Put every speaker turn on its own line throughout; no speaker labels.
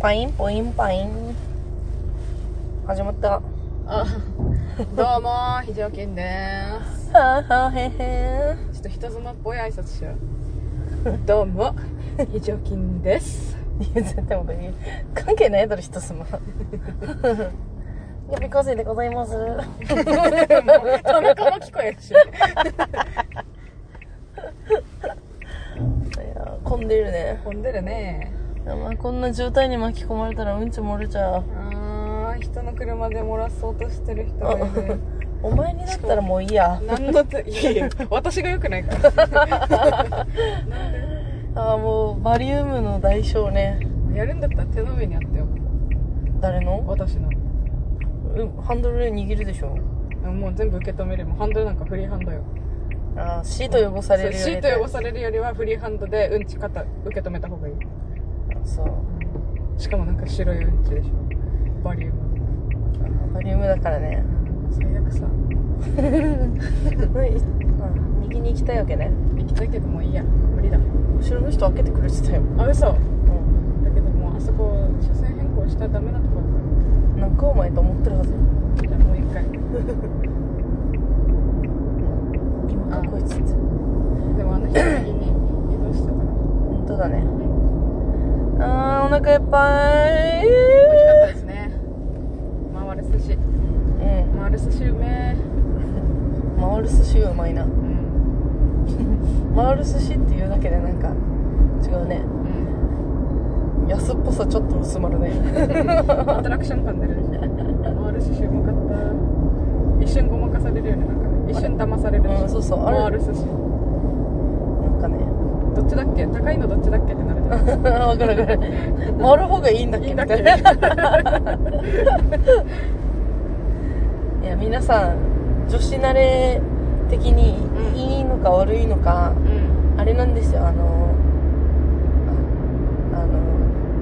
パインポインパイン始まった
あどうもー非常勤でーす
はあはあへへ
ちょっと人妻っぽい挨拶しようどうも非常勤です
いや絶対もういい関係ないだろ人様 予備校生でございます
でも田中も聞こえるし
いや混んでるね
混んでるね
いやまあこんな渋滞に巻き込まれたらうんち漏れちゃう
あー人の車で漏らそうとしてる人がいる
お前にだったらもういいや
何のついやいや私が良くないから
ああもうバリウムの代償ね
やるんだったら手の上にあってよ
誰の
私の
うんハンドル握るでしょ
もう全部受け止めるもうハンドルなんかフリーハンドよ
ああシート汚されるよ
そうシート汚されるよりはフリーハンドでうんち肩受け止めた方がいい
そう
しかもなんか白いうんちでしょバリウム
バリウムだからね
最悪さ
右に行きたいわけね
行きたいけどもういいや無理だ
後ろの人開けてくれてたよ、
あ嘘だけどもうあそこ車線変更したらダメなとこだか
なんかお前と思ってるはずよ
らじゃあもう一回
今かこいつって
でもあの人右に移動したから
本当だねあーお腹いっぱい
美味しかったですね回る寿司
うん
回る寿司うめえ
回る寿司がうまいな
うん
回る寿司っていうだけでなんか違うね
うん
安っぽさちょっと薄まるね
アトラクション感出るでしょ回る寿司うまかった一瞬ごまかされるよねなんかね一瞬騙されるでしょ
うんそうそうあれ
回る寿司
なんかね
どっちだっけ高いのどっちだっけってなるじゃん
わかるわかる回る方がいいんだっけ
いいん
み
だ
た
っ け
いないや皆さん女子慣れ的に
うん
いいのか悪いのか、
うん
あれなんですよあのああの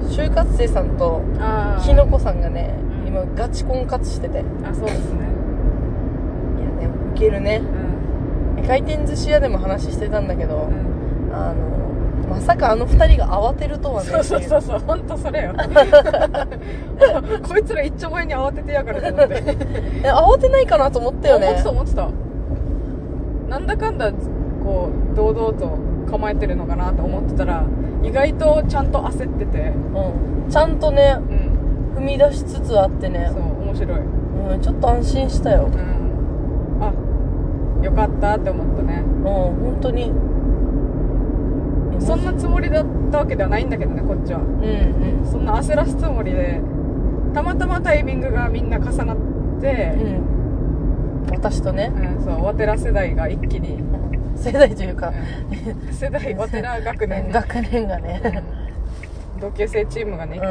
就活生さんと
ああ
ひのこさんがね
うん
今ガチ婚活してていや
あそうですね
ねウケるね
うん
回転寿司屋でも話してたんだけど、
うん
あのまさかあの二人が慌てるとはね
そうそうそうそう本当そ れよこいつら一丁前に慌ててやがると思って
え慌てないかなと思ったよ
思っ
ね
てた思ってたなんだかんだこう堂々と構えてるのかなと思ってたら意外とちゃんと焦ってて
うん、ちゃんとね
うん
踏み出しつつあってね
そう面白いうん
うん、ちょっと安心したよ。
あよかったって思ったね
うん、本当に。
そんなつもりだったわけではないんだけどねこっちは
うんうん。
そんな焦らすつもりでたまたまタイミングがみんな重なって、
うん。私とね、
うんそうワテラ世代が一 気に、
世代というか、
うん世代ワテラ学年が、
学年が
う
ね、
ん同級生チームがね一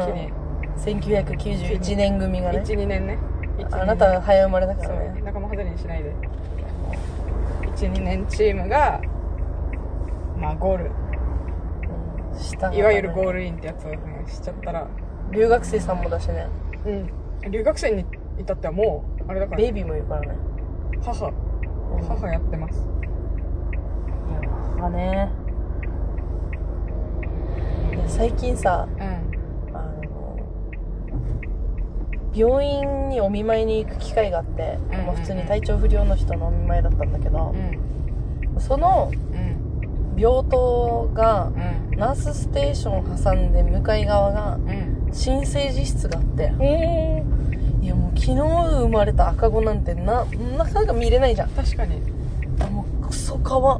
気に、
1991年組がね、
12年ね12
あなたは早生まれだか
そ
らね
う。仲間外れにしないで12年チームがまあゴール
うん下がね
いわゆるゴールインってやつをねしちゃったら
留学生さんもだしね、
うん留学生に至ってはもうあれだから
ベイビーもいるからね。
母
うん
母やってます
いや母ね。いや最近さ、
うん
あの病院にお見舞いに行く機会があって、
うんうんうん
まあ、普通に体調不良の人のお見舞いだったんだけど
う、ん
その
うん
病棟が
うん
ナースステーション挟んで向かい側が
うん
新生児室があって
へえ
いやもう昨日生まれた赤子なんてななかなか見れないじゃん
確かに
あもうクソかわ
あ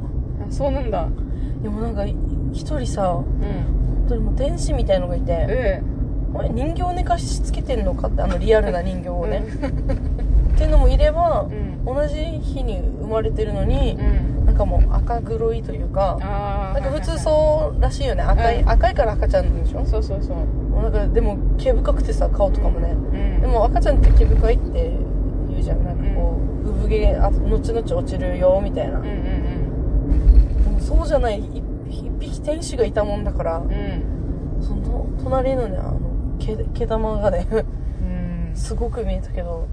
そうなんだ
いやもうなんかい一人さ
うん
本当にもう天使みたいのがいて
え
「おい人形寝かしつけてんのか」ってあのリアルな人形をね、っていうのもいれば
えうん
同じ日に生まれてるのに
う、ん
なんかもう赤黒いというか、
あ
な
あ
んか普通そうらしいよね。赤い、
うん
赤いから赤ちゃんなんでしょ
そうそうそう
もうなんかでも毛深くてさ、顔とかもね。
うん
でも赤ちゃんって毛深いって言うじゃん。なんかこう、産毛、あ後々落ちるよ、みたいな。
うん
で
うん
もそうじゃない、一一匹天使がいたもんだから
う、んうん
その隣のね、あの、毛、毛玉がね、
うん
すごく見えたけど、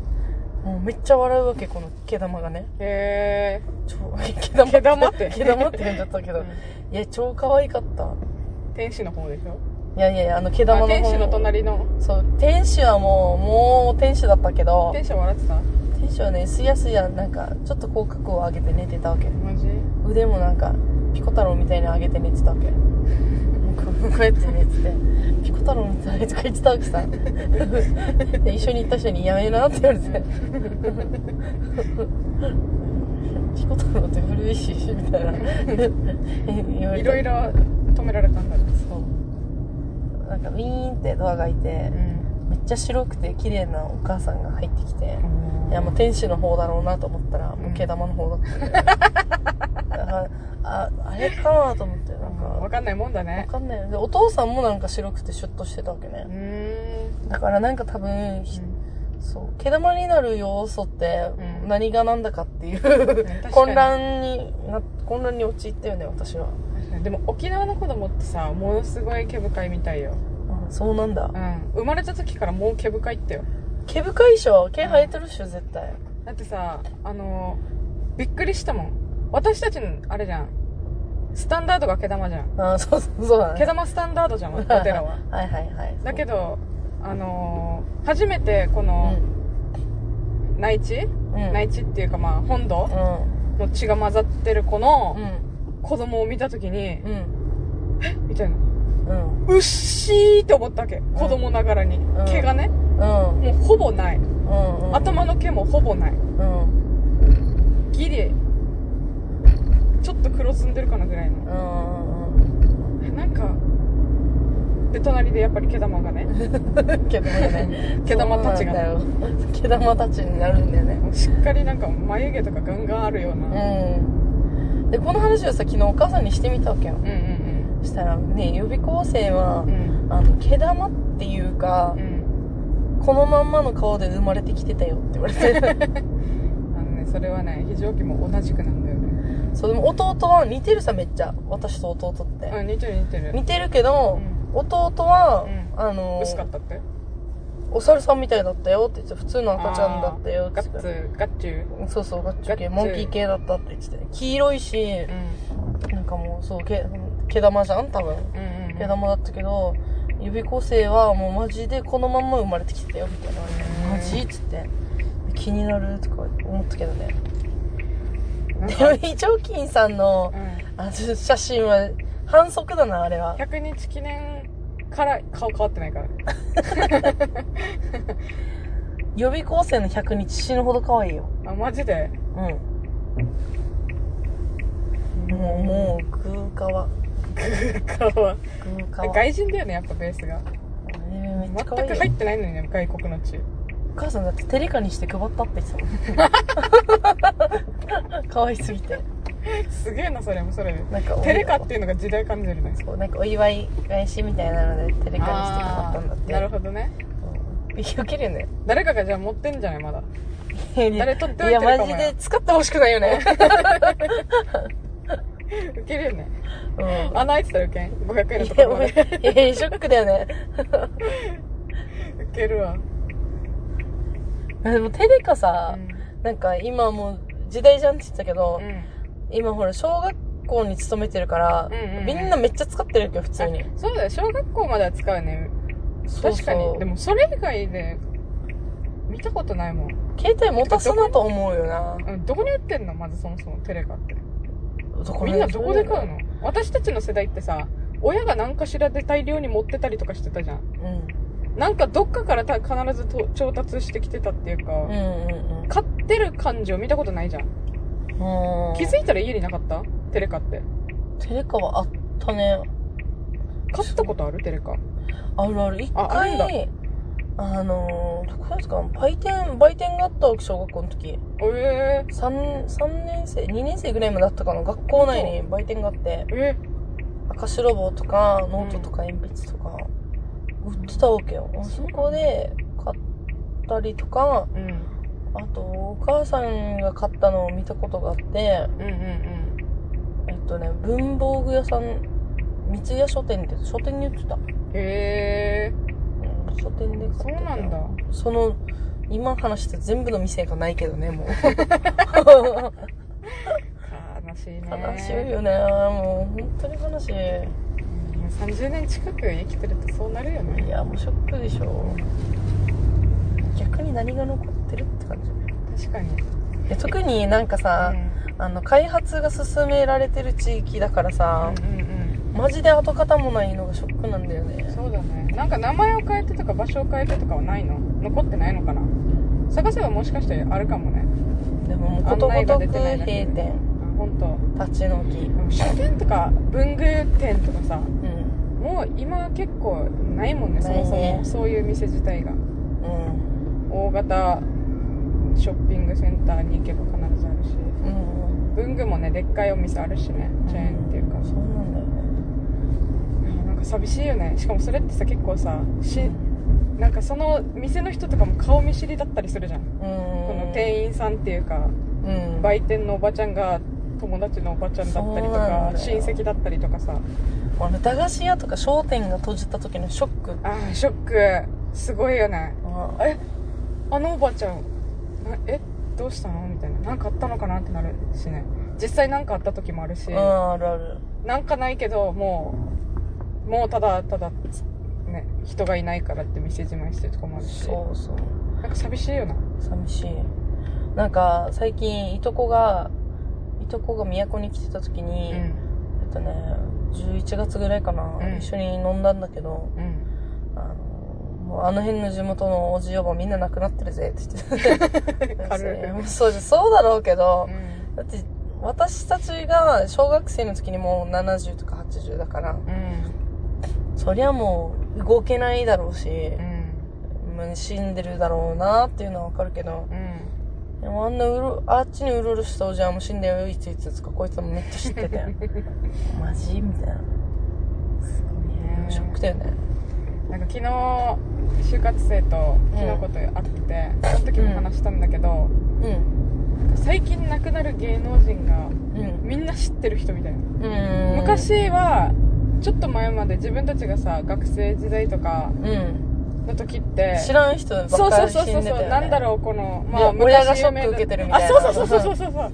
もうめっちゃ笑うわけ、この毛玉がね。
へえ
超、 毛玉
毛玉って
毛玉って言うんだったけど。いや、超可愛かった。
天使の方でしょ
いやいやいや、あの、毛
あ
玉の方
天使の隣の
そう、天使はもう、もう天使だったけど、
天使笑ってた
天使はね、すやすや、なんか、ちょっと口角を上げて寝てたわけ。
マジ
腕もなんか、ピコ太郎みたいに上げて寝てたわけ。こうこうやって寝てて、ピコ太郎みたいとか言ってたわけさ。で一緒に行った人にやめなって言われて。ピコ太郎って古いし、みたいな。言われて
いろいろ止められたんだ
そう。なんか、ウィーンってドアが開いて、めっちゃ白くて綺麗なお母さんが入ってきて、いやもう天使の方だろうなと思ったら、もう毛玉の方だったんだよだからあ、あれかと思って、なんか、
分
わ
かんないもんだね
かんないよね。で、お父さんもなんか白くてシュッとしてたわけ
う
ね。
ーん
だからなんか多分、ひそう、毛玉になる要素って
う、ん
何がなんだかっていう、
かに
混乱にな、混乱に陥ったよね、私は。
でも沖縄の子供ってさものすごい毛深いみたいよ、
あそうなんだ
う。ん、生まれた時からもう毛深いってよ
毛深いっしょ毛生えてるっしょ、絶対。
だってさあのびっくりしたもん私たちのあれじゃんスタンダードが毛玉じゃん
あ、そうそう、そうだね
毛。玉スタンダードじゃんお寺 は
はいはいはい。
だけ
ど、
どあの初めてこ
う
の
ん。
内地、
うん。
内地っていうかまあ本土
う
の血が混ざってる子の
ん。うん。
子供を見た時に、
うん。
みたいな
うん。
うっしーって思ったわけ子供ながらに、
ん
毛がね
うん。
もうほぼない、
うん。
頭の毛もほぼな
う
い
ん。
ギリちょっと黒ずんでるかなぐらいの
うん。
なんかで隣でやっぱり毛玉がね
うん。けどね。
毛玉た
そ
ち
うなんだ
が
よ。毛玉たちになるんだよね。
もうしっかりなんか眉毛とかガンガンあるような、
うん。で、この話をさ、昨日お母さんにしてみたわけよ
うん、。うん
そしたら、ね、予備校生は
うんう、ん
あの、毛玉っていうか
う、ん
このまんまの顔で生まれてきてたよって言われ て。
あのねそれはね非常期も同じくなんだよね
そう、でも弟は似てるさ、めっちゃ。私と弟って。
うん似てる似てる
似てるけど、弟は、あの、
薄かったって
お猿さんみたいだったよって言って普通の赤ちゃんだったよって
ガ
言って
ッツガッチュ
そうそうガッチュ系
ガッチ
モ
ュ
ンキー系だったって言ってて黄色いし
うん
なんかもうそう毛毛玉じゃん多分
うんうん
毛玉だったけど予備校生はもうマジでこのまんま生まれてきてたよみたいな
うん
マジっつって気になるとか思ったけどね
なん
で
か
もイチョウキンさんの
うん
あの写真は反則だなあれは
100日記念から顔変わってないから
予備校生の100日死ぬほど可愛いよ
あマジで
うんもうもうグーカワ
顔は
グーカワ
外人だよねやっぱベースが
えーめっちゃ可
全
愛い
く
よ
入ってないのにね外国の血
お母さんだってテレカにして配ったって言ってた もん可愛すぎて
すげえなそれもそれ
なんかお
テレカっていうのが時代感じるね
そうなんかお祝い返しみたいなのでテレカにして配ったんだって
なるほどね
うんウケるよね
誰かがじゃあ持ってんじゃないまだ誰取っておい
い
て
や
るかも
マ
よ
ジで使ってほしくないよね、
ウケるよね
うん、
穴開いてたらウケん500円の
い
とこ
や
ろま
お
で
いやいやショックだよね
ウケるわ
でもテレカさ
う、ん
なんか今もう時代じゃんって言ってたけど、
うん
今ほら小学校に勤めてるから、
うんうん
みんなめっちゃ使ってるわけよ普通に
あそうだよ小学校までは使うね
そう
確
そう
かにでもそれ以外で見たことないもん
携帯持たすなと思うよな
うんどこに売ってんのまずそもそもテレカって
ど
みんなどこで買う
の
の私たちの世代ってさ親が何かしらで大量に持ってたりとかしてたじゃんなんかどっかからた必ずと調達してきてたっていうか、
うんうんうん
買ってる感じを見たことないじゃん
うんうん
気づいたら家になかったテレカって
テレカはあったね
買ったことあるテレカ
あるある一
ああるん
回あのー、どこですか売店売店があったわけ小学校の時
え
3, 三年生2年生ぐらいまであったかな学校内に売店があって
ー、え
赤白棒とかノートとか鉛筆とか売ってたわけよ、あそこで買ったりとか
うん
あとお母さんが買ったのを見たことがあって
うんうんうん
えっとね文房具屋さん三ツ矢書店って書店に売ってた、
え
うん、書店で買っ
ー、
てた
そうなんだ
その今話した全部の店がないけどねもう
悲しいね
悲しいよねもう本当に悲しい
うん30年近く生きてるとそうなるよ
い
ね
やもうショックでしょ逆に何が残ってるって感じ
確かに
いや特になんかさ
う、ん
あの開発が進められてる地域だからさ、
うんうん
マジで跡形もないのがショックなんだよ
うん
ね
そうだねなんか名前を変えてとか場所を変えてとかはないの残ってないのかな探せばもしかしてあるかもね
でももうことごとく閉店
あ本当。
立ち退き
でも書店とか文具店とかさ
うん
もう今結構ないもんねそ
ない
も
ね
そもそういう店自体が
うん
大型ショッピングセンターに行けば必ずあるし
うん
文具もねでっかいお店あるしねチェーンっていうか、
そうなんだよね
なんか寂しいよねしかもそれってさ結構さしなんかその店の人とかも顔見知りだったりするじゃん、
うん
この店員さんっていうか
うん
売店のおばちゃんが友達のおばちゃんだったりと
そうな
か
んだ
親
よ
戚だったりとかさ
あの駄菓子屋とか商店が閉じた時のショック
あーショックすごいよね
あ
えあのおばちゃんなえどうしたのみたいな何かあったのかなってなるしね実際何かあった時もあるし
うんあるある
なんかないけどもうもうただただね人がいないからって店じまいしてるとこもあるし
そうそう
なんか寂しいよな
寂しいなんか最近いとこがいとこが都に来てた時に、え
う
っとね11月ぐらいかな、
うん
一緒に飲んだんだけど
んうん
あのもうあの辺の地元のおじおばみんな亡くなってるぜって言って
軽い
いやそうじゃそうだろうけど、
う
だって私たちが小学生の時にもう70とか80だから
ん
そりゃもう動けないだろうし、もう死んでるだろうなっていうのはわかるけど、
うん
でもあんなうろあっちにうろうろしたおじはもう死んだよいついつつかこいつもめっちゃ知ってて マジみたいな
すごい
ショックだよね
なんか昨日就活生ときのこと会ってて、その時も話したんだけど、
うん
最近亡くなる芸能人が
うん
みんな知ってる人みたいな、
うん
昔はちょっと前まで自分たちがさ学生時代とか
うん
の時って
知らん人ばっ
そう
か
そう
り死
そ
ん
う
で
そう
たよ、ね、
なんだろうこの
いや親が
昔有
シ
名だ
ョック受けてるみたいな
あそうそうそうそうそうそう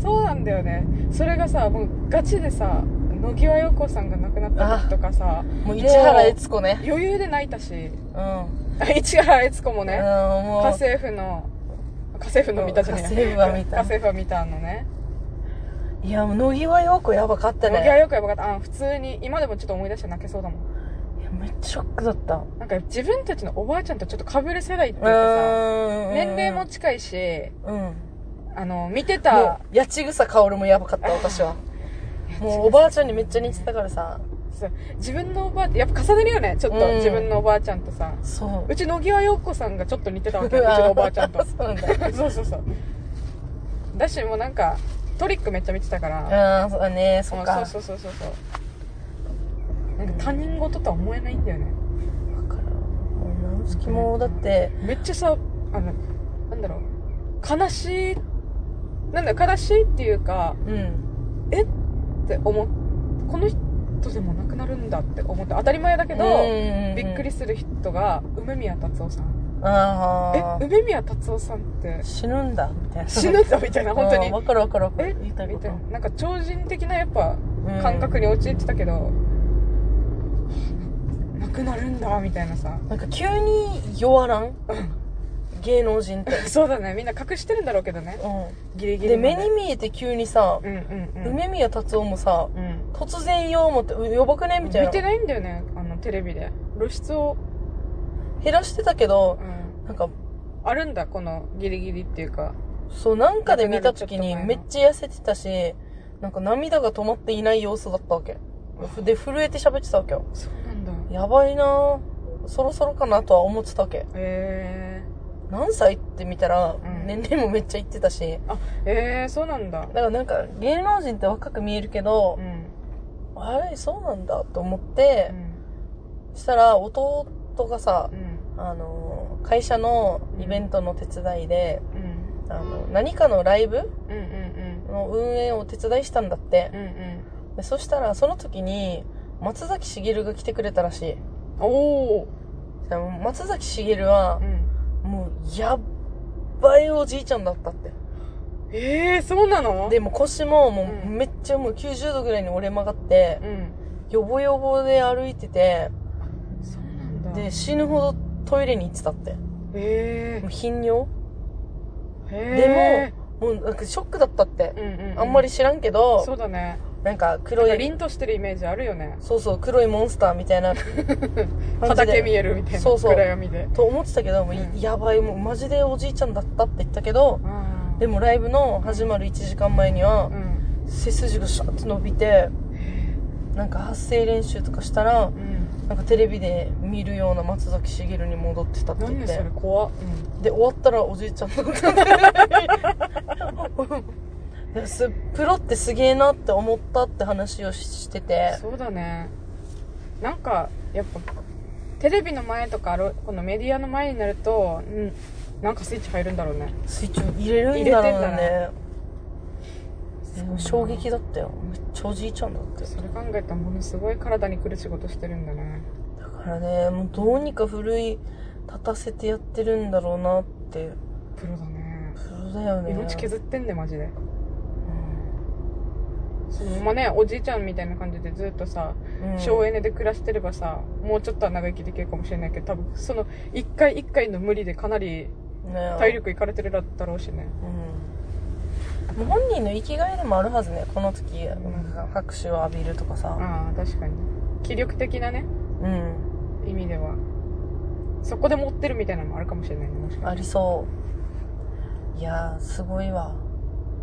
そうなんだよねそれがさもうガチでさ野際陽子さんが亡くなった時とかさ
もう市原悦子ね
余裕で泣いたし
うんうん
あ市原悦子もね
もう
家政婦の家政婦の見たじゃねえ
家政婦は見た
家政婦は見たのね
いやもう野際陽子やばかった
野
ね
際陽子やばかったあ普通に今でもちょっと思い出して泣けそうだもん
いやめっちゃショックだった
なんか自分たちのおばあちゃんとちょっと被る世代っていうかさ
うん
年齢も近いし
うんも
あの見て
う
た
八千草薫もやばかった私はもうおばあちゃんにめっちゃ似てたからさ
そう自分のおばあやっぱ重ねるよねちょっと、
うん
自分のおばあちゃんとさ
そう
うち野際陽子さんがちょっと似てたわけ
う
よう
わ
ちのおばあちゃんと
そうなんだ
そうそうそうだしもうなんかトリックめっちゃ見てたから、
ああ、そうだね、そっか。
そうそうそうそうそうなんか他人事とは思えないんだよね
だから、もう何月も、だって、
めっちゃさあのなんだろう悲しいなんだろう悲しいっていうか
うん。
って思っこの人でもなくなるんだって思って当たり前だけど、びっくり
し
する人が梅宮達夫さん
た。あ
え
あ、
梅宮達夫さんって
死ぬんだ、みたいな。
死ぬんだみたいな
うん
本当に
わかるわかるわか
え
る。言いたい
み
こ
たいな
と。
なんか超人的なやっぱ
うん
感覚に陥ってたけど、なくなるんだみたいなさ
なんか急に弱らん芸能人って。
そうだねみんな隠してるんだろうけどね
う
ギリギ
ん。
リ
で、
ま
目に見えて急にさ、
うんうんうん
梅宮達夫もさ、
うん
突然よ、思って、うやばくねみ
見
たいな。
てないんだよねあのテレビで露出を、
減らしてたけど
う、ん、
なんか、
あるんだこのギリギリっていうか
そう、なんかで見た時に
なくなる
めっちゃ痩せてたし、なんか涙が止まっていない様子だったわけ。で、震えて喋ってたわけよ。
そうなんだ
やばいなぁ。そろそろかなとは思ってたわけ。
え
何歳って見たら
ん、
年齢もめっちゃいってたし。
ー、あえー、そうなんだ
だからなんか、芸能人って若く見えるけど
う、ん
あれ、そうなんだと思っ
う
て、
ん
したら弟がさ
う、ん
あのー、会社のイベントの手伝いで、
うん
あの、何かのライブ
うんうん
の運営をお手伝いしたんだって
うんう。んうん
でそしたらその時に松崎しげるが来てくれたらしい
おお
でも松崎しげるは
うん
もうやっばいおじいちゃんだったって
ええー、そうなの
でもう腰もも
う
うんめっちゃもう90度ぐらいに折れ曲がって
うん
「よぼよぼで歩いてて、
そうなんだ
で、死ぬほどトイレに行ってたって。
へ
もう頻尿
えへ
もうなんかショックだったって
で。も、うんうんうん、
あんまり知らんけど、
そうだね
なんか
なん
黒
か
い、
凛としてるイメージあるよね
そうそう、黒いモンスターみたい な感じ
畑見
で。
えるみたいな
そうそう
暗闇で
と思ってたけど、もうい
うん
やばい、もうマジでおじいちゃんだったって言ったけど、
うん
でもライブの始まる1時間前には
う、ん
背筋がシャーって伸びて、なんか発声練習とかしたら、
うん
なんかテレビで見るような松崎しげるに戻ってたって言
何
っ
そ
て
れ。怖っ、
で、終わったらおじいちゃんだ ったんだよすプロってすげえなって思ったって話をししてて。
そうだねなんかやっぱテレビの前とかあるこのメディアの前になると、うん、なんかスイッチ入るんだろうね
スイッチを入れるんだろう
入れ
ね。うん衝撃だったよ。めっちゃおじいちゃんだったよ。
それ考えたらものすごい体に来る仕事してるんだね
だからね、もうどうにか奮い立たせてやってるんだろうなって。
プロだね
プロだよね。
命削ってんねマジで
うん
そのままねおじいちゃんみたいな感じでずっとさ
うん
省エネで暮らしてればさもうちょっとは長生きできるかもしれないけど多分その一回一回の無理でかなり
ね
体力いかれてるだろうしね
うんもう本人の生きがいでもあるはずねこの時なんか拍手を浴びるとかさ
ああ確かに気力的なね
うん
意味ではそこで持ってるみたいなのもあるかもしれないねもしか
ありそういやーすごいわ、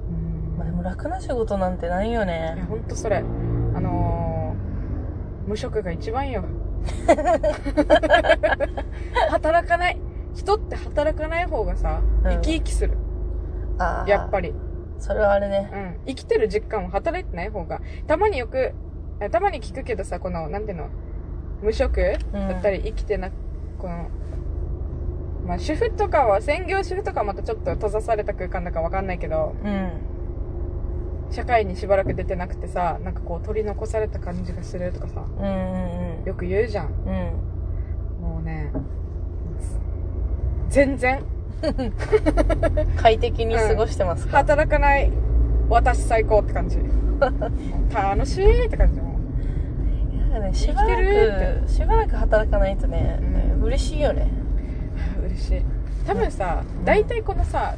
うん
まあ、でも楽な仕事なんてないよ
いや
ね
ほんとそれあのー、無職が一番 よ働かない人って働かない方がさ
うん
生き生きする、
あ
やっぱ
り
り
それはあれね
うん、生きてる実感は働いてない方が、たまによく、えたまに聞くけどさ、この、なんていうの、無職
うん
だったり、生きてな、この、まあ、主婦とかは、専業主婦とかはまたちょっと閉ざされた空間だからわかんないけど、
うん
社会にしばらく出てなくてさ、なんかこう取り残された感じがするとかさ、
うんうん
よく言うじゃん。
うんうん
もうね、全然、
快適に過ごしてますか、
働かない、私最高って感じ。楽しいって感じもう。
なんかね、しばら
生きてる
くしばらく働かないとね、
うん
嬉しいよね
嬉しい多分さ大体このさ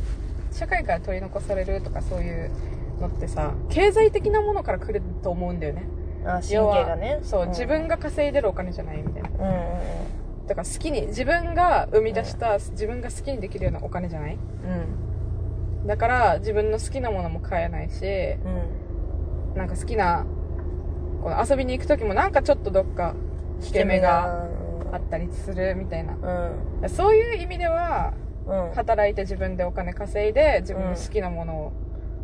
社会から取り残されるとかそういうのってさ経済的なものから来ると思うんだよね
あ神経がね
そう、
ん
自分が稼いでるお金じゃないみたいな
うんうん
だから好きに自分が生み出した、自分が好きにできるようなお金じゃない
うん
だから自分の好きなものも買えないし
うん
なんか好きなこの遊びに行く時もなんかちょっとどっか引け目があったりするみたいな
うん
そういう意味では
うん
働いて自分でお金稼いで自分の好きなものを、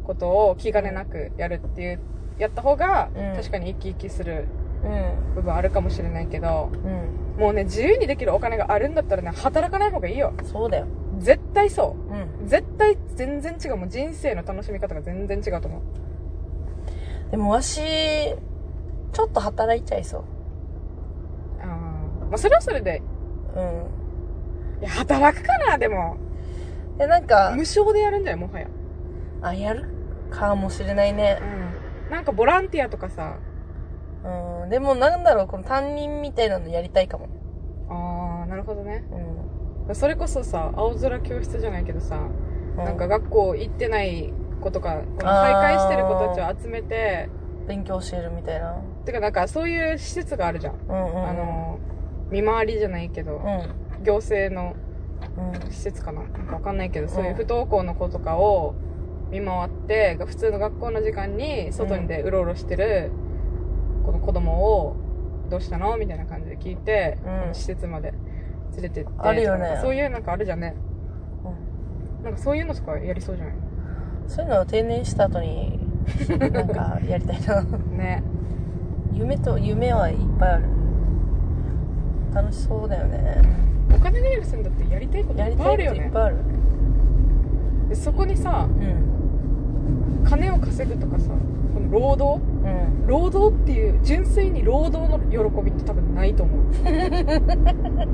ことを気兼ねなくやるっていうやった方が、
うん
確かに生き生きする
うん
部分あるかもしれないけど
うん
もうね自由にできるお金があるんだったらね働かない方がいいよ
そうだよ
絶対そ
うん
う絶対全然違うもう人生の楽しみ方が全然違うと思う
でもわしちょっと働いちゃいそ
あー、まあ、それはそれで
うう
いや働くかなでも
んでなんか
無償でやるんじゃないもはや、
あやるかもしれないね
うん、なんかボランティアとかさ
うんでもなんだろうこの担任みたいなのやりたいかも
ああなるほどね
うん
それこそさ青空教室じゃないけどさ
う
なんか学校行ってない子とか、この徘徊してる子たちを集めて、
勉強教えるみたいな
てかなんかそういう施設があるじゃん。
うんうんうん
あの、見回りじゃないけ
う、
ど
ん
行政の
うん
施設かななんかわかんないけど、そういう
うん
不登校の子とかを見回って、普通の学校の時間に外にでうろうろしてる、この子供を、どうしたのみたいな感じで聞いて、
うん
施設まで連れてって。
あるよね
とかそういうなんかあるじゃんね。なんかそういうのとかやりそうじゃない
うんそういうのを定年した後になんかやりたいな
ね。
夢と夢はいっぱいある楽しそうだよね
お金がやるすんだってやりたいこと
や
い
り
っぱい
た
あ
い
る
こ
よ
といっ
ね
ぱいある
でそこにさ
うん
金を稼ぐとかさこの労働
うん
労働っていう純粋に労働の喜びって多分ないと思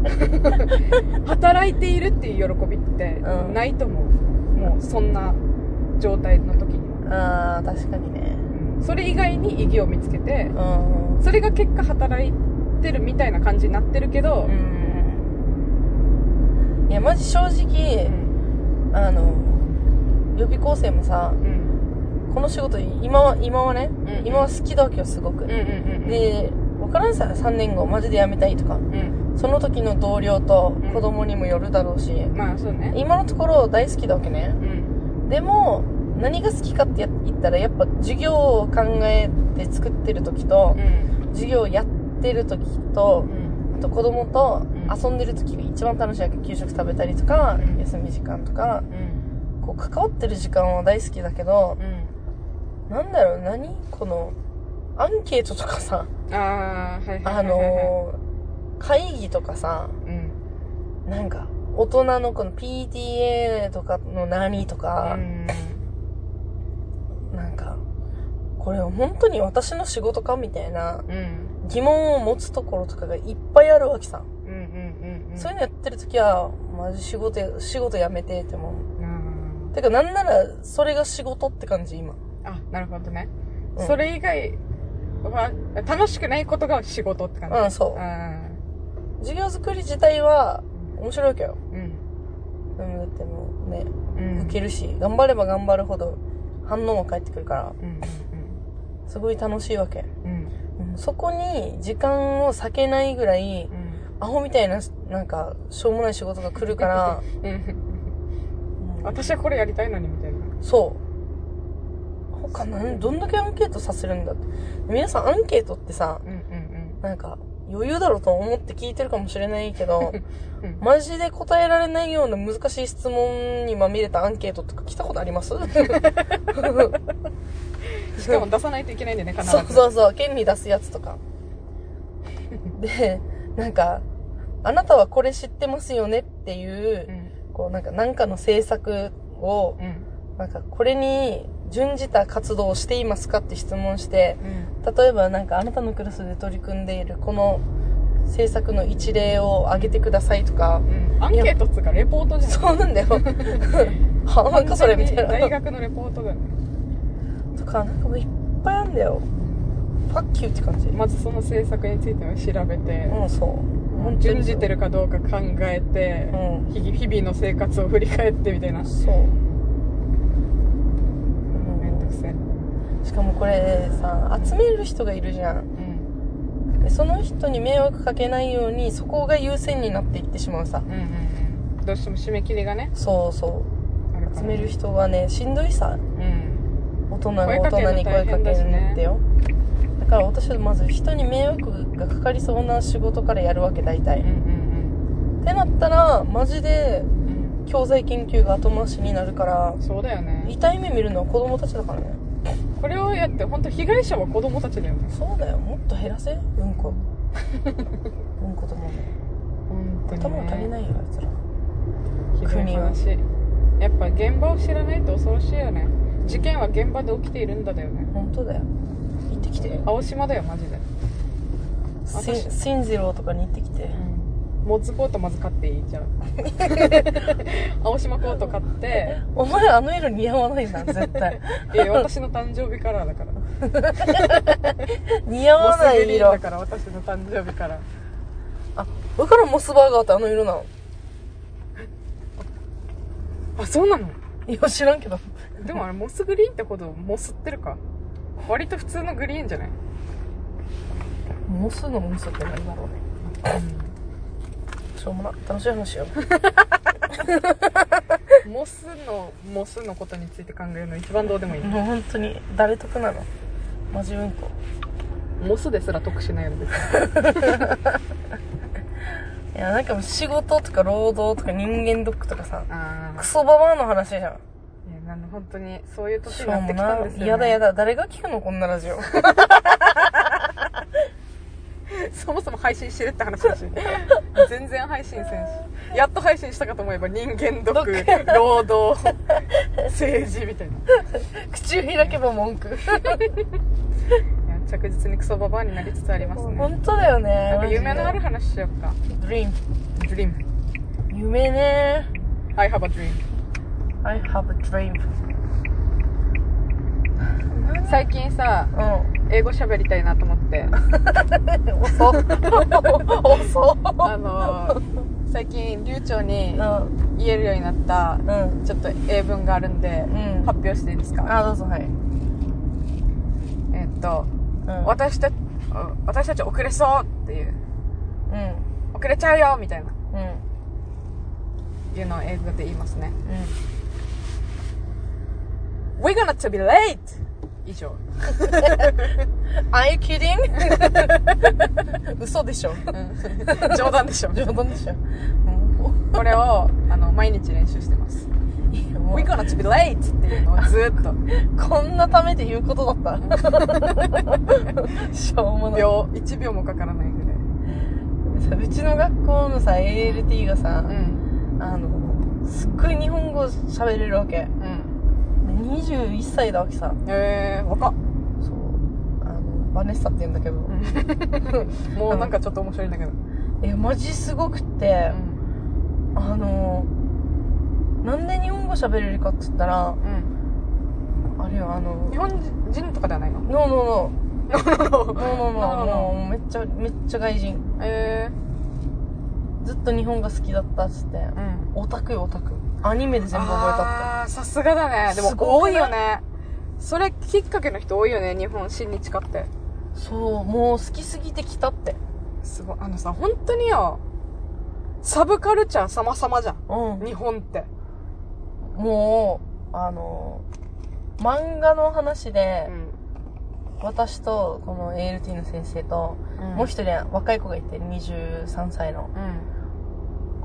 う働いているっていう喜びって
うん
ないと思う、もうそんな状態の時には、
ああ確かにね
うんそれ以外に意義を見つけて
うん
それが結果働いてるみたいな感じになってるけど、
うんいやマジ正直、あの予備校生もさ
うんうん
この仕事今は今はね、
うん
今は好きだわけよすごく、
うんうんうん
で分からんさ3年後マジで辞めたいとか
うん
その時の同僚と
うん
子供にもよるだろうし、
まあそうね
今のところ大好きだわけね
うん
でも何が好きかってや言ったらやっぱ授業を考えて作ってる時と
う、ん
授業をやってる時と
う、ん
あと子供と
う
遊んでる時が一番楽しいわけ給食食べたりとか、
うん
休み時間とか
うん
こう関わってる時間は大好きだけど、
う
なんだろう何このアンケートとかさ
んああはいは
あ
いはいはいは
のー会議とかさ
いうん
なんか大人のこの PTA とかの何とか
う、ん
なんかこれ本当に私の仕事かみたいな
うん
疑問を持つところとかがいっぱいあるわけさ、
うんうんうん
そういうのやってる時はマジ仕事仕事やめてって思う
うん
てか、なんなら、それが仕事って感じ、今。
あなるほどね、
うん
それ以外は楽しくないことが仕事って感じ
うん、そ
うん
う。授業作り自体は、面白いわけよ。
うん
うん、だってもうね、
うん
受けるし、頑張れば頑張るほど、反応も返ってくるから、
うんうん
すごい楽しいわけ。
うん
うんそこに、時間を避けないぐらい、
うん
アホみたいな、なんか、しょうもない仕事が来る から、
う
う
ん
ん
私はこれやりたいのにみたいな
そう。他何、どんだけアンケートさせるんだって。皆さん、アンケートってさ、
うんうん
なんか、余裕だろうと思って聞いてるかもしれないけ ど、
うんうん
マジで答えられないような難しい質問にまみれたアンケートとか来たことあり ます
しかも出さないといけないんだよね必ず
そうそうそう、権利出すやつとか。で、なんか、あなたはこれ知ってますよねっていう、
うん
こうなんか、なんかの政策を、
うん
なんか、これに準じた活動をしていますかって質問して、
うん
例えばなんか、あなたのクラスで取り組んでいるこの政策の一例を挙げてくださいとか、
うんアンケートっつうかレポートじゃん
そうなんだ よ。は、なんかそれみたいな。
大学のレポートだよね
とか、なんかもういっぱいあんだよ。ファッキューって感じ。
まずその政策については調べて
うん、そう。本当に
準じてるかどうか考えて
う、ん。
日々日々の生活を振り返ってみたいな
そう。
めんどくせえ
しかもこれさ、集める人がいるじゃん。
うん
でその人に迷惑かけないように、そこが優先になっていってしまうさ。
うんうんうんどうしても締め切りがね
そうそ
あるか
う。
ら
集める人はね、しんどいさ。
うん
大人が大人に声かけるのってよ。だから私はまず人に迷惑がかかりそうな仕事からやるわけ大体。
うん
っ
うん
てなったら、マジで
うんうん
教材研究が後回しになるから、
そうだよね
痛い目見るのは子供たちだからね。
これをやって本当被害者は子供たちだよね
そうだよ、もっと減らせ、うん こ。うんこともね。
本当に
頭が足りないよ、あいつら。
ひどい話やっぱ現場を知らないと恐ろしいよね事件は現場で起きているんだだよね
本当だよ。行ってきて。
青島だよマジで、
せ
私
ん、せんじろうとかに行ってきて。
モッズコートまず買っていい じゃん青島コート買って
お前あの色似合わないな、絶 対。
えー私の誕生日カラーだからモ
似合わ
ス
な
グ
い
リーン
色
だ。から私の誕生日から
だからモスバーガーってあの色なの。
あそうなの
いや、知らんけど。
でもあれモスグリーンってほどモスってるか割と普通のグリーンじゃない、
モスのモスって何だろうね。しょうもな。楽しい話よ。
モスのモスのことについて考えるの一番どうでもい い、
もう本当に、誰得なのマジうんこ。
モスですら得しないよね別に
いや、なんかもう仕事とか労働とか人間ドックとかさ、
ああ
クソババアの話じゃん。
いやなん本当にそういう年
し
に
ょ
な
う
って
も
きたん
な
ですよ、ね、
やだやだ。誰が聞くのこんなラジオ。
そもそも配信してるって話だし全然配信せんしやっと配信したかと思えば人間ド
毒
ック労働政治みたいな
口を開けば文句。
いや着実にクソババアになりつつありますね
本当だよ
なんか
ね。
夢のある話しよっか
ドリーム。
Dream
夢ね。
I have a dream
I have a dream.
最近さ英語喋りたいなと 思って
うん。 遅っ。遅っ。
あのー最近流暢に
うん。
言えるようになった
うん。
ちょっと英文があるんで、
うん
発表していいですか
あ、どうぞ、はい。う
えーっと、
ん。
私た私たち遅れそうっていう
うん。
遅れちゃうよみたいな
うん。
いうのを英語で言いますね
うん
We're gonna to be late! 以上
Are you kidding? 嘘でしょ。
冗談でし ょ
冗談でしょ。
これをあの毎日練習してます
いや
「
もう
We're gonna to be late!」っていうのをず ーっと
こんなためで言うことだったら。 しょうもない。
秒1秒もかからないぐらい、
さうちの学校のさ、ALT がさ、
うん
あの、すっごい日本語喋れるわけ。
うん、
21歳だわけさ。
えー、若っ、
そう。あの、バネッサって言うんだけど。
もうなんかちょっと面白いんだけど、
え、マジすごくって、
ん
あの、なんで日本語喋れるかって言ったら、
うん、
あれよ、あの
日、本人とかではないの
ノーノーノー。ノーノーノー。
No, no, no.
もうめっちゃ、めっちゃ外人。
え
ずっと日本が好きだったっつって。
ー、うん
オタクよオタク。アニメで全部覚えたって。
あーさすがだねでも
すご
多
くない
いよねそれきっかけの人多いよね日本親日家って
そう、もう好きすぎてきたって。
すごいあのさ本当によサブカルチャー様々じゃん
うん。
日本って
もう、あの、漫画の話で、
ん、
私と、この ALT の先生と、もう一人若い子がいて、23歳の。
うん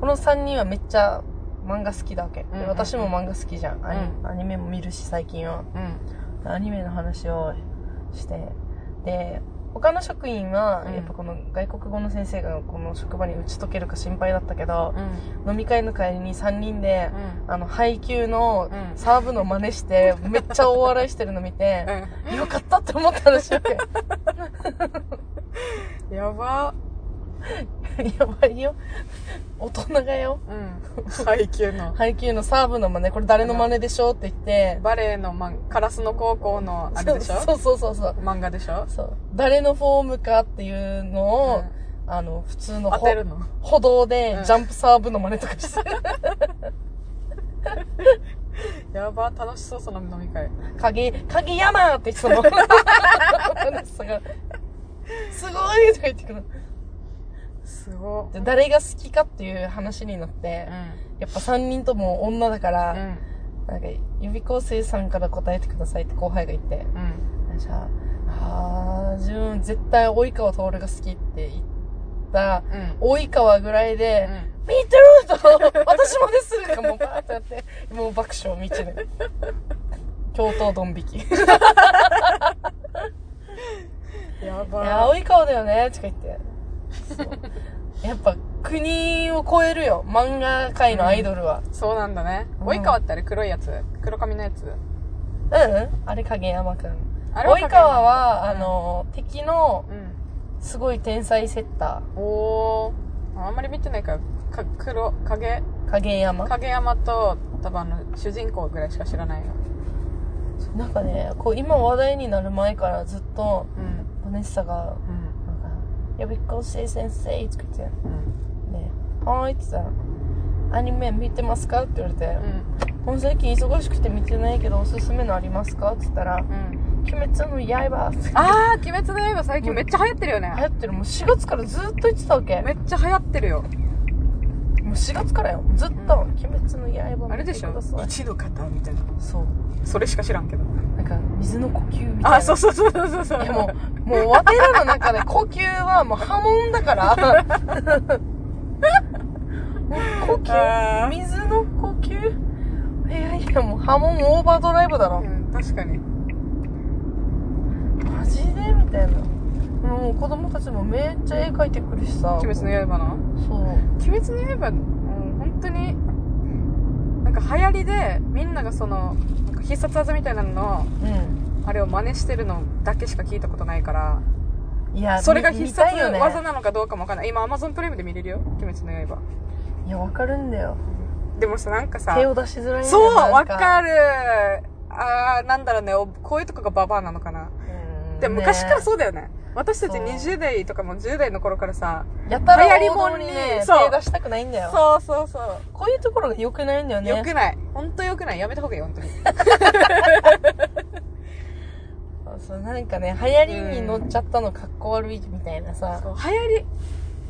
この3人はめっちゃ漫画好きだわけ。
うんう
で
ん
私も漫画好きじゃん。アニ
う
アニメも見るし、最近は。
うん
アニメの話をして。で、他の職員は
う、ん
やっぱこの外国語の先生がこの職場に打ち解けるか心配だったけど、
うん
飲み会の帰りに3人で、
うん
あの、配給の
うん
サーブの真似して、めっちゃ大笑いしてるの見て、よかったって思ったらしい わけ。
うんやば
やばいよ。大人がよ。
うん最級の
配給のサーブの真似、これ誰の真似でしょうって言って、
バレエのマンカラスの高校のあれでしょ
そうそうそうそう。
漫画でしょ
そう誰のフォームかっていうのを、あの、普通の
当
ほ
てるの
歩道で
うん
ジャンプサーブの真似とかして、
やば楽しそうその飲み会
影、影山って言ってた の。話したからすごいとか言ってくる。
すご
で誰が好きかっていう話になって、
う
やっぱ3人とも女だか
んう
ら、
ん
なんか、予備校生さんから答えてくださいって後輩が言って、
うん
じゃあ、あー、自分絶対及川徹が好きって言った、
う
及川ぐらいで、
ん。
見てると、私もですとかもうバーってやって、もう爆笑道で。京都ドン引き。い
や
や、
ば
青い顔だよね、とか言って。そうやっぱ、国を超えるよ、漫画界のアイドルは。
そうなんだね。
うん
及川ってあれ黒いやつ黒髪のやつ
うん、あれ影山くん。
あれ
及川は、あ
うん
の、敵の
うん。
すごい天才セッタ
おー。あんまり見てないから、か黒、影、
ー、影山。
影山と、多分あの、主人公ぐらいしか知らないよ。
なんかね、こう今話題になる前からずっと、
う
バ
ん。
ネッサが、
うん。
なんか、予備校生先生、とか言って。
うん。
ね「はーい」って言ったら「アニメ見てますか?」って言われて
うん。
「もう最近忙しくて見てないけどおすすめのありますか?」って言ったら
うん。
「鬼滅の刃」って
あー、鬼滅の刃最近めっちゃ流行ってるよ
流
ね
行。ってるもう4月からずっと言ってたわけ
め
も
っちゃ流行ってるよ。
う4月からよずっと
うん
「鬼滅の刃」
あれでしょ一の方みたいな。
そう
それしか知らんけど。
なんか水の呼吸みたいな
あ、そうそうそうそうそう。
いやもうもうわてらの中で 呼吸はもう波紋だから もう呼吸
あー
水の呼吸いやいやもう波紋オーバードライブだろ
うん、確かに。
マジでみたいなもう子供たちもめっちゃ絵描いてくるしさ
鬼滅の刃の
そう
鬼滅の刃もう本当になんか流行りでみんながそのなんか必殺技みたいなのの
うん
あれを真似してるのだけしか聞いたことないから
いや
それが
み
必
見た
殺
いよね
技なのかどうかもわかんない今 Amazon プレイムで見れるよ鬼滅の刃
いやわかるんだよ
でもさなんかさ
手を出しづらいね
そう
な
わ
んか
かるああ、なんだろうね、おこういうとこがババアなのかな。でも昔からそうだよね。私たち
そう
20代とかも10代の頃からさ、
う。やたら流
流行り
行
も
も
ん
ん
に
にね、
そう
手出したくないんだよ。
そうそうそ
こういうところが良くないんだよ
う。
ね。
よくない。ほんとよくない。やめた方がいい、ほんとに。
そうそう、なんかね、流行りに乗っちゃったのかっこ悪いみたいなさ。
そう流行り、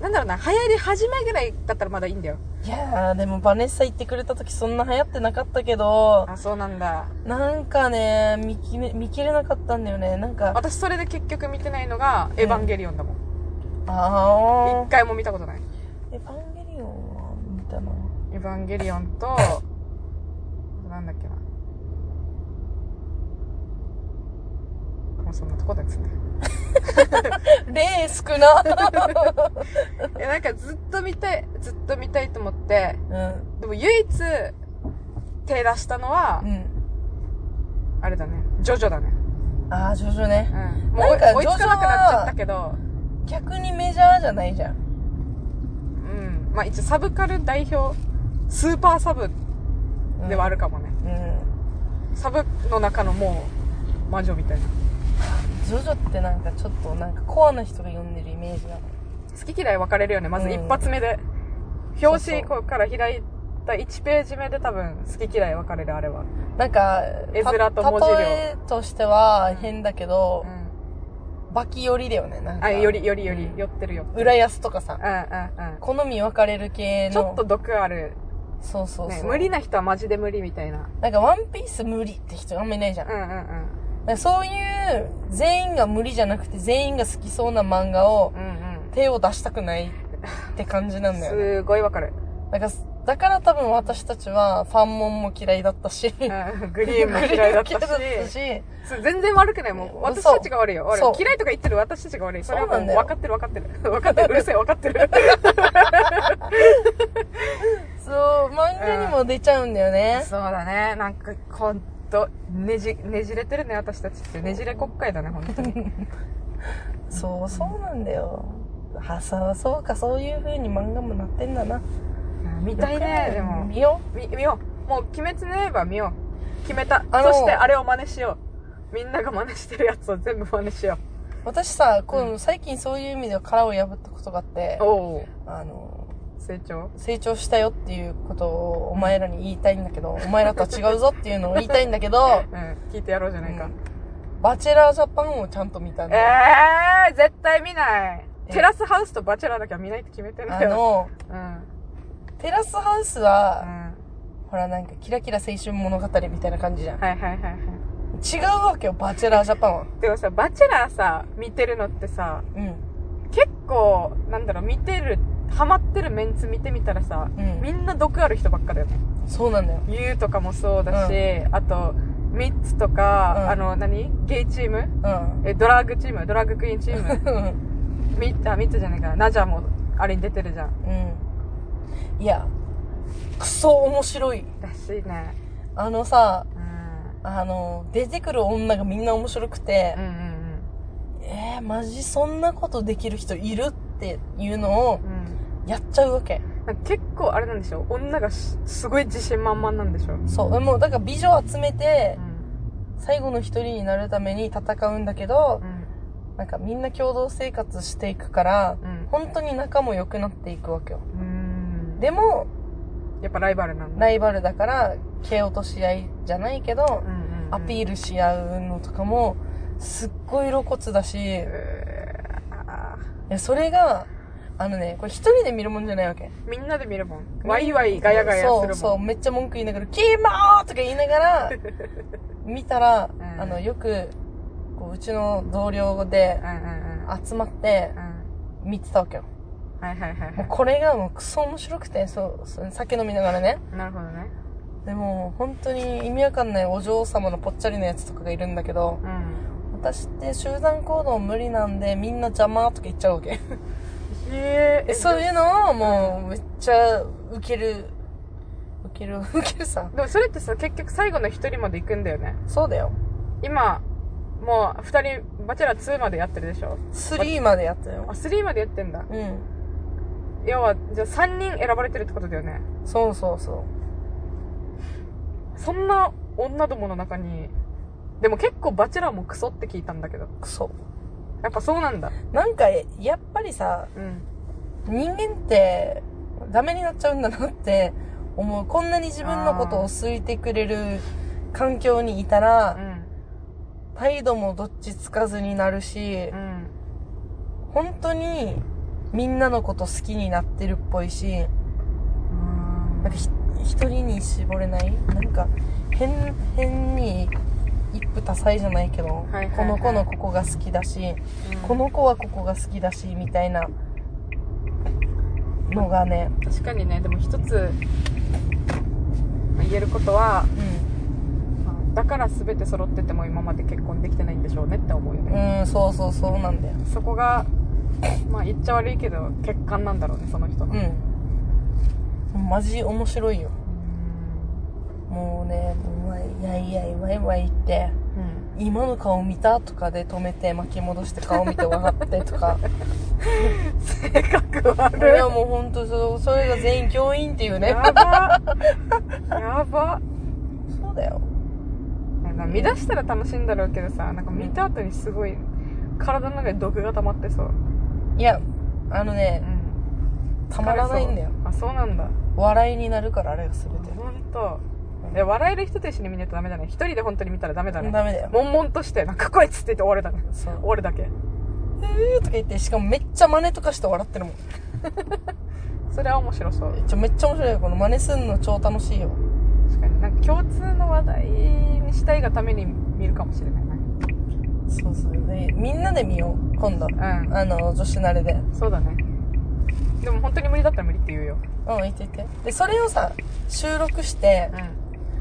なんだろうな、流行り始めぐらいだったらまだいいんだよ。
いやー、でもバネッサ行ってくれた時そんな流行ってなかったけど、
あ、そうなんだ。
なんかね、見きれ、見切れなかったんだよね。なんか、
私それで結局見てないのが、エヴァンゲリオンだもん。
あ
一回も見たことない。
ー。エヴァンゲリオンは見たな。
エヴァンゲリオンと、なんだっけな。もうそんなとこですね。
レー少な。
え、なんかずっと見たい、ずっと見たいと思って、
うん。
でも唯一手出したのは
う、ん。
あれだね、ジョジョだね。
あー、ジョジョね
う。ん。もう追い
なんか
追いつかなくなっちゃったけど、
逆にメジャーじゃないじゃん。
うん。まあ一応サブカル代表、スーパーサブ
うん
ではある。かもね。
うん。
サブの中のもう、魔女みたいな。
ジョジョってなんかちょっとなんかコアな人が読んでるイメージが。
好き嫌い分かれるよねまず
うん
一発目で、
そう
表紙こうから開いた1ページ目で多分好き嫌い分かれるあれは、
なんか、
絵面と文字量
た例えとしては変だけど、バキ寄りだよね、なんか。
あよりよりより、
うん
寄ってるよ
浦安とかさ
うん、うん
好み分かれる系
うん
の。
ちょっと、毒ある、
そうそう
ね
そう。、
無理な人はマジで無理みたいな
なんかワンピース無理って人あんまいないじゃん。
うんうんうん
なんかそういう、全員が無理じゃなくて全員が好きそうな漫画を
うん
手を出したくないって感じな
うんん
だよね。
すごい分かる、
なんか、だから多分私たちはファンモンも嫌いだったし、
うん、グリーンも嫌いだったし
グリーンも嫌いだ ったし
そう全然悪くないもう私たちが悪いよ悪い
そう
嫌いとか言ってる私たちが悪いそれはも
そう
う
なんだよ
分かってる分かってる 分かってるうるせえ分かってる
そう、漫画にも出ちゃうんだよね。
そうだね。なんか、ほんと、ねじ、ねじれてるね、私たちって。ねじれ国会だね、ほん とに。
そう、そうなんだよ。あ、そう、そうか、そういう風に漫画もなってんだな。
見たいね、でも。
見よ
み、見よう。もう、鬼滅の刃見よう。決めた。
あの
そして、あれを真似しよう。みんなが真似してるやつを全部真似しよ
う。私さ、この最近そういう意味では殻を破ったことがあって
う。、おお。
あの、
成長
成長したよっていうことをお前らに言いたいんだけど、お前らとは違うぞっていうのを言いたいんだけど、
うん。聞いてやろうじゃないか。
バチェラージャパンをちゃんと見たんだよ。
えー、絶対見ない。
え
テラスハウスとバチェラーだけは見ないって決めてん
あ
だよ。
の、
うん。うん。
テラスハウスは、ほらなんかキラキラ青春物語みたいな感じじゃん。
はいはいはいはい。
違うわけよ、バチェラージャパン は。
でもさ、バチェラーさ、見てるのってさ、
うん。
結構なんだろう見てるハマってるメンツ見てみたらさ、
うん
みんな毒ある人ばっかだよね
そうなんだよ。
ユウとかもそうだし、あとミッツとか、
うん
あの何ゲイチーム
うん。
えドラッグチームドラッグクイーンチーム ミッあミッツじゃないかナジャもあれに出てるじゃん
うん。いや、くそ面白い。
らしいね
あのさ、
うん
あの、出てくる女がみんな面白くて
う、んうん
えー、マジそんなことできる人いるっていうのを
うんうん
やっちゃうわけ。
なんか結構あれなんでしょ女がしすごい自信満々なんでしょ、
そう。もうだから美女集めて
う、ん
最後の一人になるために戦うんだけど
う、ん
なんかみんな共同生活していくから、
うん
本当に仲も良くなっていくわけよ。
うん
でも、
やっぱライバルなんだ
ライバルだから、蹴落とし合いじゃないけど
う、んうん、
アピ
ー
ー
ル
ルし合うのとかも、すっごい露骨だし、いやそれが、あのね、これ一人で見るもんじゃないわけ。
みんなで見るもん。ワイワイガヤガヤするもん。
そうそう、めっちゃ文句言いながら、キモーとか言いながら、見たら、
うん
あの、よく、こう、うちの同僚で
うんうんうん。
集まって
うん。
見てたわけよ。
はいはいはい
もう
は
これがもうクソ面白くて、そう、そう酒飲みながらね。
い。なるほどね。
でも、本当に意味わかんないお嬢様のぽっちゃりのやつとかがいるんだけど、
うん。
私って集団行動無理なんで、みんな邪魔とか言っちゃうわけ。
へえ。
でそういうのをもう、めっちゃ、ウケる、ウケる、 ウケるさ。
でもそれってさ、結局最後の一人まで行くんだよね。
そうだよ。
今、もう二人、バチェラー2までやってるでしょ
3までやった
あ、
よ。
3までやってんだ。
うん。
要は、じゃあ3人選ばれてるってことだよね。
そうそうそ
そんな女どもの中に、でも結構バチェラーもクソって聞いたんだけど。
クソ。
やっぱそうなんだ。
なんか、やっぱりさ、
うん。
人間ってダメになっちゃうんだなって思う。こんなに自分のことを好いてくれる環境にいた
う
ら、
ん。
態度もどっちつかずになるし
う、ん。
本当にみんなのこと好きになってるっぽいし、
うん
なんかひ一人に絞れないなんか変変に一夫多妻じゃないけど、
いはいはい
この子のここが好きだし、こ、の子はここが好きだしみたいなのがね、
確かにね、でも一つ、まあ言えることは、
う
まあだから全て揃ってても今まで結婚できてないんでしょうねって思うよね。
ん、うん、そうそうそうなんだよ。
そこが、まあ言っちゃ悪いけど、欠陥なんだろうね、その人の。
うん。マジ面白いよ。もうね、もうワイやいやいワイワイ言って、
うん。
今の顔見たとかで止めて巻き戻して顔見て笑ってと か。
性格悪
い
い。
やもうほんとそう、それが全員教員っていうね。
やば。やば。
そうだよ。
なんか見出したら楽しいんだろうけどさ、なんか見た後にすごい、体の中に毒が溜まってそう。
いや、あの
う
ね、
ん。
たまらないんだよ。。
あ、そうなんだ。
笑いになるから、あれが全て。
ほんと。いや、笑える人と一緒に見ないとダメだね。一人で本当に見たらダメだね。
ダメだよ。
悶々として、なんかこいつって言って終わるだね。
そう
終。わるだけ。
えーとか言って、しかもめっちゃ真似とかして笑ってるもん。
それは面白そう。
ちょめっちゃ面白いよ。この真似すんの超楽しいよ。
確かに。なんか共通の話題にしたいがために見るかもしれないね。
そうそう。で、みんなで見よう。今度。
う
あの、女子慣れで。
ん。そうだね。でも本当に無理だったら無理って言うよ。
うん、言って言って。で、それをさ、収録して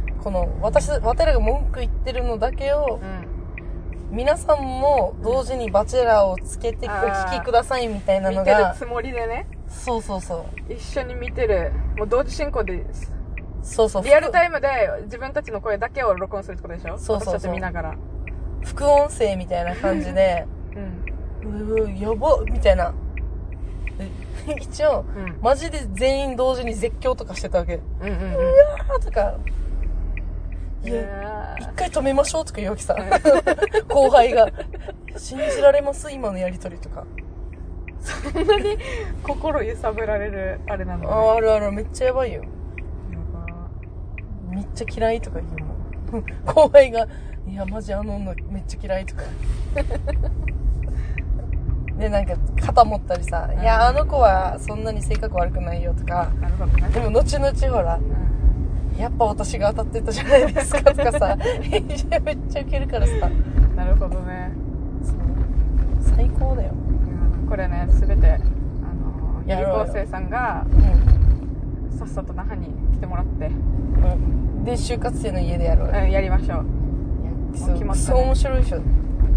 う、ん。
この、私、私らが文句言ってるのだけを
う、ん。
皆さんも同時にバチェラーをつけてお
あー
聞きくださいみたいなの
見てる
が、
つもりでね。
そうそうそう。
一緒に見てる。もう同時進行で、
そうそう。
リアル
イ
タイムで自分たちの声だけを録音するってことでしょ
そうそうそう
私たち見ながら。
副音声みたいな感じで、
うん。
うう、やばっみたいな。で一応、
うん。
マジで全員同時に絶叫とかしてたわけ。
うんう
あ
ん
ーとか、
うん。
い
い
や、
や
一回止めましょうとか言うわけさ。 後輩が。信じられます今のやりとりとか。
ーそんなに心揺さぶられるあれな
あ
の。
ーあるある、めっちゃやばいよ。
やば
めっちゃ嫌いとか言うもん。 後輩が、いや、マジあの女めっちゃ嫌いとか。 で、なんか、肩持ったりさ、いや、あの子はそんなに性格悪くないよとか、
なるほどね。
でも後々ほら、
うん
やっぱ私が当たってたじゃないですかとかさ、 めっちゃウケるからさ、
なるほどね。
そう最高だよ。
うんこれね、すべて、あの、
や
優
ろうよ
校生さんが、
う
さっさと那覇に来てもらって、
ん。で、就活生の家でやろうよ。
うん、やりましょう。
そう
決まったね
そう面白いでしょ。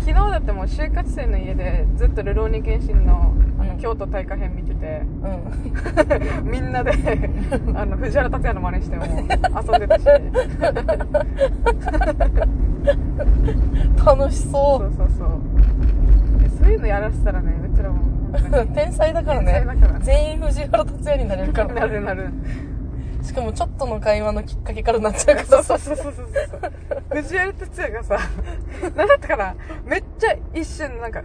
昨日だってもう就活生の家でずっとルローニケンシンのあ
う
の
ん
京都大火編見てて、
うん。
みんなであの藤原竜也の真似しても遊んでたしそ
楽しそう
そうそうでそういうのやらせたらねうちらも本当
う。
に
天才だからね。
天才だから
全員藤原達也になれるから。
なるなる
しかもちょっとの会話のきっかけからなっちゃうか
そう
ら
そ
さ
うそうそうそうそう藤原竜也がさ何だったかなめっちゃ一瞬なんか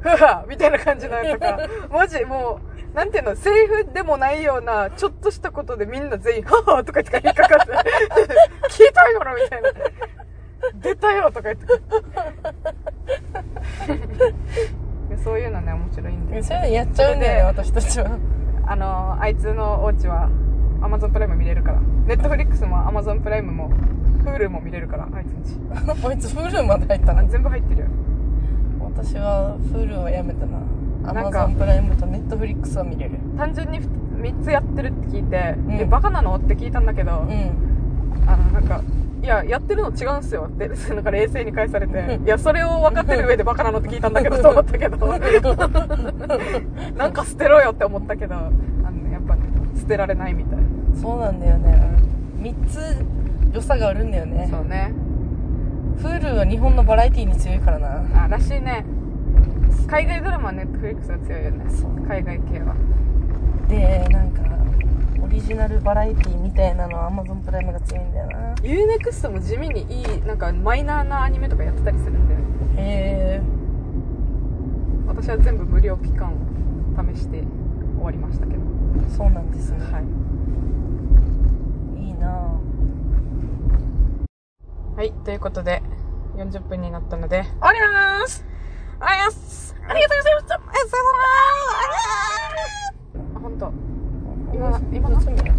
ふわみたいな感じなのとかマジもうなんていうのセリフでもないようなちょっとしたことでみんな全員「ははとか言って引っかかって「聞いたよな」みたいな「出たよ」とか言ってそういうのね面白いんで
そういうのやっちゃうんだよね、私たちは。
あのあいつのお家は Amazon プライム見れるから Netflix も Amazon プライムも Hulu も見れるからあいつんち
こいつフールまで入った
あ
な。
全部入ってるよ
私はフールはやめたな。ア
な
マ
んか
ゾンプライムとネットフリックスは見れる。
単純に3つやってるって聞いて、
ん
えバカなのって聞いたんだけ
う
ど、
ん。
あのなんかいややってるの違うんすよってなんか冷静に返されていやそれを分かってる上でバカなのって聞いたんだ けどと思ったけどなんか捨てろよって思ったけどあの、ね、やっぱね捨てられないみたい
そうなんだよね。三つ良さがあるんだよね。
そうね
フールは日本のバラエティに強いからな。
あらしいね海外ドラマはネットフリックスが強いよね
そう
海外系は
で、なんか、俺リジナルバラエティみたいなのは Amazon プライムが強いんだよな
UNEXT も地味にいいなんかマイナーなアニメとかやってたりするんだよね
へえ
私は全部無料期間を試して終わりましたけど
そうなんですね、、
はい
いなぁ
い、はい、ということで40分になったので
ありがとうございます
あやす
ありがとうございますありがとうございます
あ本当
今
今
今何分だよ